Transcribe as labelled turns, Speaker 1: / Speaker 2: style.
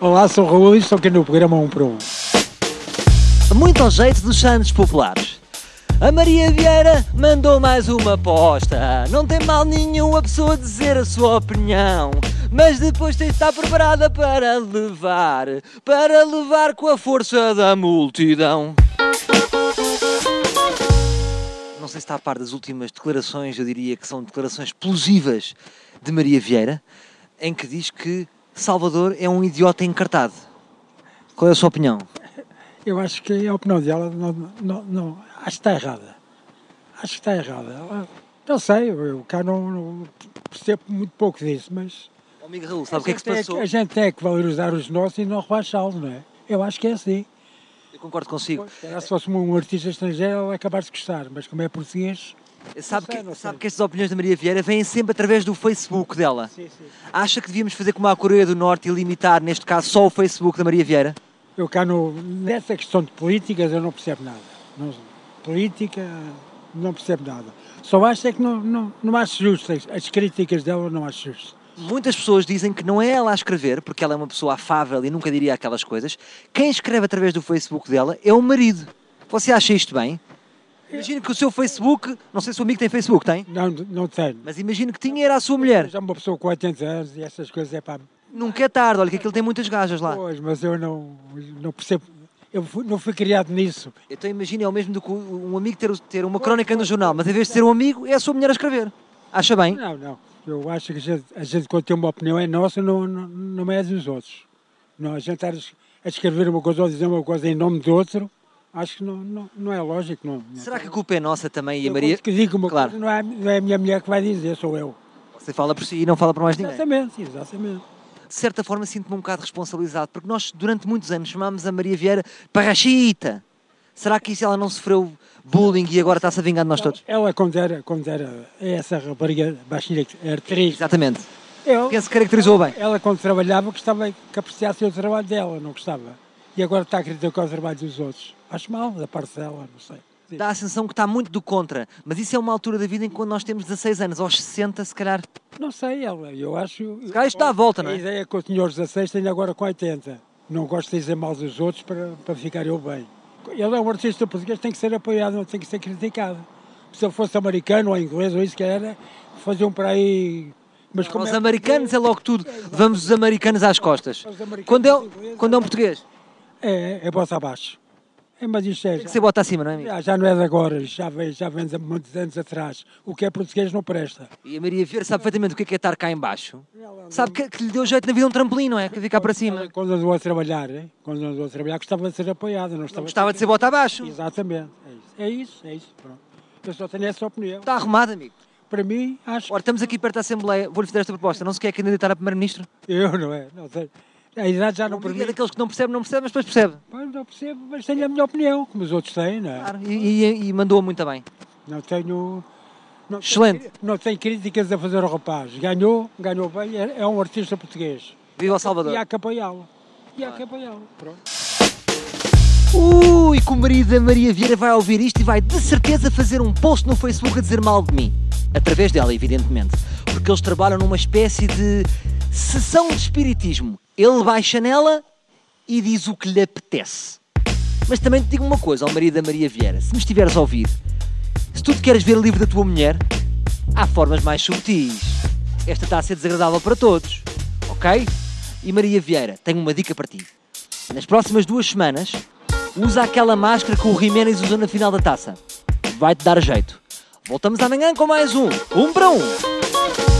Speaker 1: Olá, sou o Raul e estou aqui no programa 1 para 1.
Speaker 2: Muito ao jeito dos santos populares. A Maria Vieira mandou mais uma aposta. Não tem mal nenhum a pessoa dizer a sua opinião. Mas depois tem de estar preparada para levar. Para levar com a força da multidão. Não sei se está a par das últimas declarações, eu diria que são declarações explosivas de Maria Vieira, em que diz que Salvador é um idiota encartado. Qual é a sua opinião?
Speaker 1: Eu acho que a opinião dela não, não, não- acho que está errada. Acho que está errada. Não sei, eu cá não, não percebo muito pouco disso, mas
Speaker 2: Ó, Amigo Raul, sabe o que é que se
Speaker 1: a gente
Speaker 2: passou?
Speaker 1: a gente tem que valorizar os nossos e não rebaixá-los, não é? Eu acho que é assim.
Speaker 2: Eu concordo consigo.
Speaker 1: Era se fosse um artista estrangeiro, ela acabar de gostar, mas como é português.
Speaker 2: Sabe,
Speaker 1: sei,
Speaker 2: que,
Speaker 1: não sei.
Speaker 2: sabe que estas opiniões da Maria Vieira vêm sempre através do Facebook dela.
Speaker 1: Sim, sim.
Speaker 2: Acha que devíamos fazer como a Coreia do Norte e limitar, neste caso, só o Facebook da Maria Vieira?
Speaker 1: Eu cá no, nessa questão de políticas eu não percebo nada. Não- política não percebo nada. Só acho é que não, não, não acho justo. as- As críticas dela não acho justo.
Speaker 2: Muitas pessoas dizem que não é ela a escrever, porque ela é uma pessoa afável e nunca diria aquelas coisas. Quem escreve através do Facebook dela é o marido. Você acha isto bem? Imagino que o seu Facebook, não sei se o amigo tem Facebook, tem?
Speaker 1: Não, não tenho.
Speaker 2: Mas imagino que tinha era a sua mulher.
Speaker 1: Já uma pessoa com 80 anos e essas coisas é para
Speaker 2: Nunca é tarde, olha que aquilo tem muitas gajas lá.
Speaker 1: pois, mas eu não, não percebo. Eu fui- não fui criado nisso.
Speaker 2: Então imagina, é o mesmo do que um amigo ter, ter uma crónica no jornal, mas em vez de ser um amigo, é a sua mulher a escrever. Acha bem?
Speaker 1: Não, não. Eu acho que a gente, a gente quando tem uma opinião é nossa, não, não, não é dos outros. Não, a gente estar a es- a escrever uma coisa ou dizer uma coisa em nome de outro, acho que não, não, não é lógico. Não, não.
Speaker 2: Será que a culpa é nossa também e a
Speaker 1: Eu
Speaker 2: Maria?
Speaker 1: quando que digo uma
Speaker 2: Claro.
Speaker 1: coisa, não é, não é a minha mulher que vai dizer, sou eu.
Speaker 2: Você fala por si e não fala por mais ninguém.
Speaker 1: Exatamente, exatamente.
Speaker 2: De certa forma sinto-me um bocado responsabilizado, porque nós durante muitos anos chamámos a Maria Vieira Parrachita. Será que isso ela não sofreu bullying e agora está-se a vingar de nós todos?
Speaker 1: Ela quando era, quando era essa rapariga baixinha, que era atriz,
Speaker 2: Exatamente.
Speaker 1: eu,
Speaker 2: Quem se caracterizou bem?
Speaker 1: ela quando trabalhava gostava que apreciasse o trabalho dela, não gostava. E agora está a criticar o trabalho dos outros. Acho mal da parte dela, não sei. Sim.
Speaker 2: Dá a sensação que está muito do contra, mas isso é uma altura da vida em que quando nós temos 16 anos, aos 60, se calhar.
Speaker 1: Não sei, ela, eu acho...
Speaker 2: Se calhar isto dá a volta, não
Speaker 1: A
Speaker 2: é?
Speaker 1: ideia que eu tinha aos 16 tenho agora com 80. Não gosto de dizer mal dos outros para, para ficar eu bem. Ele é um artista português, tem que ser apoiado, não tem que ser criticado. Se ele fosse americano ou inglês ou isso que era, faziam para aí... Mas
Speaker 2: Os
Speaker 1: é-
Speaker 2: americanos é logo tudo. Vamos os americanos às costas.
Speaker 1: Os americanos,
Speaker 2: Quando é,
Speaker 1: os ingleses,
Speaker 2: quando é um português,
Speaker 1: É, é bota abaixo. É, mas isto é...
Speaker 2: tem que ser bota acima, não é, amigo?
Speaker 1: Já, já não é de agora, já vem, já vem de muitos anos atrás. O que é português não presta.
Speaker 2: E a Maria Vieira sabe perfeitamente o que é, que é estar cá em baixo.
Speaker 1: Ela-
Speaker 2: Sabe que, que lhe deu jeito na vida um trampolim, não é? Que ficar para cima.
Speaker 1: Ela, Quando andou a trabalhar, hein? quando andou a trabalhar, gostava de ser apoiada. Não, estava
Speaker 2: Gostava de ser bota abaixo.
Speaker 1: Exatamente, é isso. É isso, é isso. Pronto. Eu só tenho essa opinião.
Speaker 2: Está arrumado, amigo.
Speaker 1: Para mim, acho
Speaker 2: Tá. Ora, estamos aqui perto da Assembleia. Vou-lhe fazer esta proposta. Não se quer candidatar a Primeiro-Ministro?
Speaker 1: que eu, não é? Não sei. A idade já não
Speaker 2: Amigo, É
Speaker 1: permite.
Speaker 2: daqueles que não percebem, não percebem, mas depois percebe.
Speaker 1: Pois, não percebo, mas tenho a minha opinião, como os outros têm, não é?
Speaker 2: Claro. E, e- e mandou-a muito bem.
Speaker 1: Não tenho. Não tenho-
Speaker 2: Excelente.
Speaker 1: não tenho críticas a fazer ao rapaz. Ganhou, ganhou bem, é, é um artista português.
Speaker 2: Viva
Speaker 1: E
Speaker 2: o
Speaker 1: há
Speaker 2: Salvador.
Speaker 1: que apoiá-lo. E há que apoiá-lo. Pronto.
Speaker 2: Ui, que o marido da Maria Vieira vai ouvir isto e vai de certeza fazer um post no Facebook a dizer mal de mim. Através dela, evidentemente. Porque eles trabalham numa espécie de sessão de espiritismo. Ele baixa nela e diz o que lhe apetece. Mas também te digo uma coisa ao marido da Maria Vieira: se me estiveres a ouvir, se tu te queres ver livre da tua mulher, há formas mais subtis. Esta está a ser desagradável para todos, ok? E Maria Vieira, tenho uma dica para ti. Nas próximas duas semanas, usa aquela máscara que o Jiménez usou na final da taça. Vai-te dar jeito. Voltamos amanhã com mais um. Um para um.